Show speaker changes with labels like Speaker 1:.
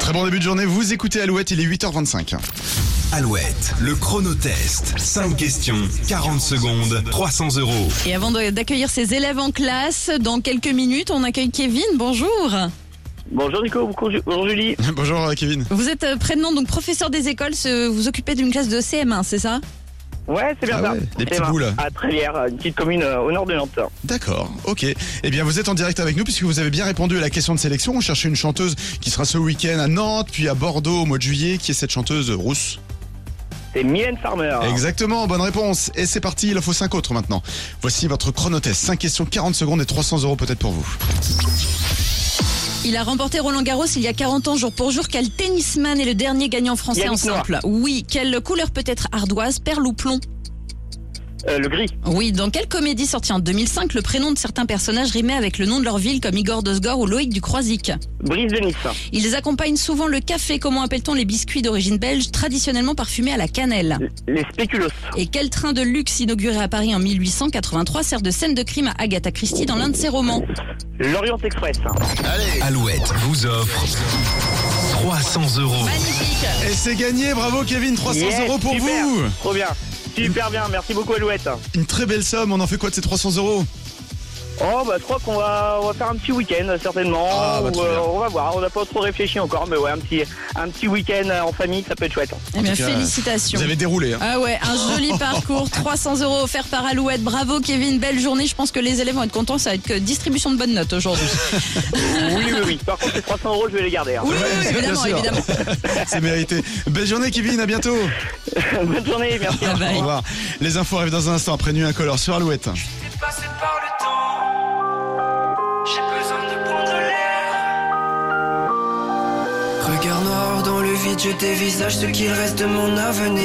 Speaker 1: Très bon début de journée, vous écoutez Alouette, il est 8h25.
Speaker 2: Alouette, le chronotest. 5 questions, 40 secondes, 300 euros.
Speaker 3: Et avant de- d'accueillir ses élèves en classe, dans quelques minutes, on accueille Kevin. Bonjour.
Speaker 4: Bonjour Nico, bonjour Julie.
Speaker 1: Bonjour euh, Kevin.
Speaker 3: Vous êtes euh, prénom, donc professeur des écoles, se- vous occupez d'une classe de CM1, c'est ça
Speaker 4: Ouais, c'est bien
Speaker 1: Ah
Speaker 4: ça.
Speaker 1: ouais, des petits
Speaker 4: C'est
Speaker 1: bouts, là.
Speaker 4: À Trélière, une petite commune euh, au nord de Nantes.
Speaker 1: D'accord, ok. Eh bien vous êtes en direct avec nous puisque vous avez bien répondu à la question de sélection. On cherchait une chanteuse qui sera ce week-end à Nantes, puis à Bordeaux au mois de juillet. Qui est cette chanteuse rousse
Speaker 4: C'est Mylène Farmer.
Speaker 1: Ah. Exactement, bonne réponse. Et c'est parti, il en faut 5 autres maintenant. Voici votre chronotest. 5 questions, 40 secondes et 300 euros peut-être pour vous.
Speaker 3: Il a remporté Roland Garros il y a 40 ans, jour pour jour. Quel tennisman est le dernier gagnant français
Speaker 4: Yannick
Speaker 3: en simple Oui. Quelle couleur peut être ardoise, perle ou plomb
Speaker 4: Euh, le gris.
Speaker 3: Oui. Dans quelle comédie sortie en 2005, le prénom de certains personnages rimait avec le nom de leur ville, comme Igor Dosgor ou Loïc du Croisic
Speaker 4: Brise de Nice.
Speaker 3: Ils accompagnent souvent le café. Comment appelle-t-on les biscuits d'origine belge, traditionnellement parfumés à la cannelle
Speaker 4: Les spéculos.
Speaker 3: Et quel train de luxe inauguré à Paris en 1883 sert de scène de crime à Agatha Christie dans l'un de ses romans
Speaker 4: L'Orient Express.
Speaker 2: Alouette vous offre 300 euros.
Speaker 3: Magnifique
Speaker 1: Et c'est gagné, bravo Kevin, 300
Speaker 4: Yes,
Speaker 1: euros pour
Speaker 4: super,
Speaker 1: vous.
Speaker 4: Trop bien. Super bien, merci beaucoup Alouette.
Speaker 1: Une très belle somme, on en fait quoi de ces 300 euros
Speaker 4: Oh bah je crois qu'on va, on va faire un petit week-end certainement.
Speaker 1: Ah, bah,
Speaker 4: Ou, euh,
Speaker 1: trop bien.
Speaker 4: on va voir, on n'a pas trop réfléchi encore, mais ouais, un petit, un petit week-end euh, en famille, ça peut être chouette.
Speaker 3: Eh bien,
Speaker 1: tout cas,
Speaker 3: félicitations
Speaker 1: Vous avez déroulé. hein.
Speaker 3: Ah ouais, un joli parcours, 300 euros offerts par Alouette. Bravo Kevin, belle journée. Je pense que les élèves vont être contents, ça va être que distribution de bonnes notes aujourd'hui.
Speaker 4: oui, oui, oui. Par contre, les 300 euros, je vais les garder. hein.
Speaker 3: Oui, oui, oui,
Speaker 1: bien
Speaker 3: évidemment,
Speaker 1: sûr.
Speaker 3: évidemment.
Speaker 1: C'est mérité. Belle journée Kevin, à bientôt.
Speaker 4: Bonne journée, merci.
Speaker 3: Ah bah,
Speaker 1: Au revoir. Les infos arrivent dans un instant après Nuit Incolore sur Alouette.
Speaker 5: T'es passé par le temps. J'ai besoin de prendre l'air. Regard noir dans le vide, je dévisage ce qu'il reste de mon avenir.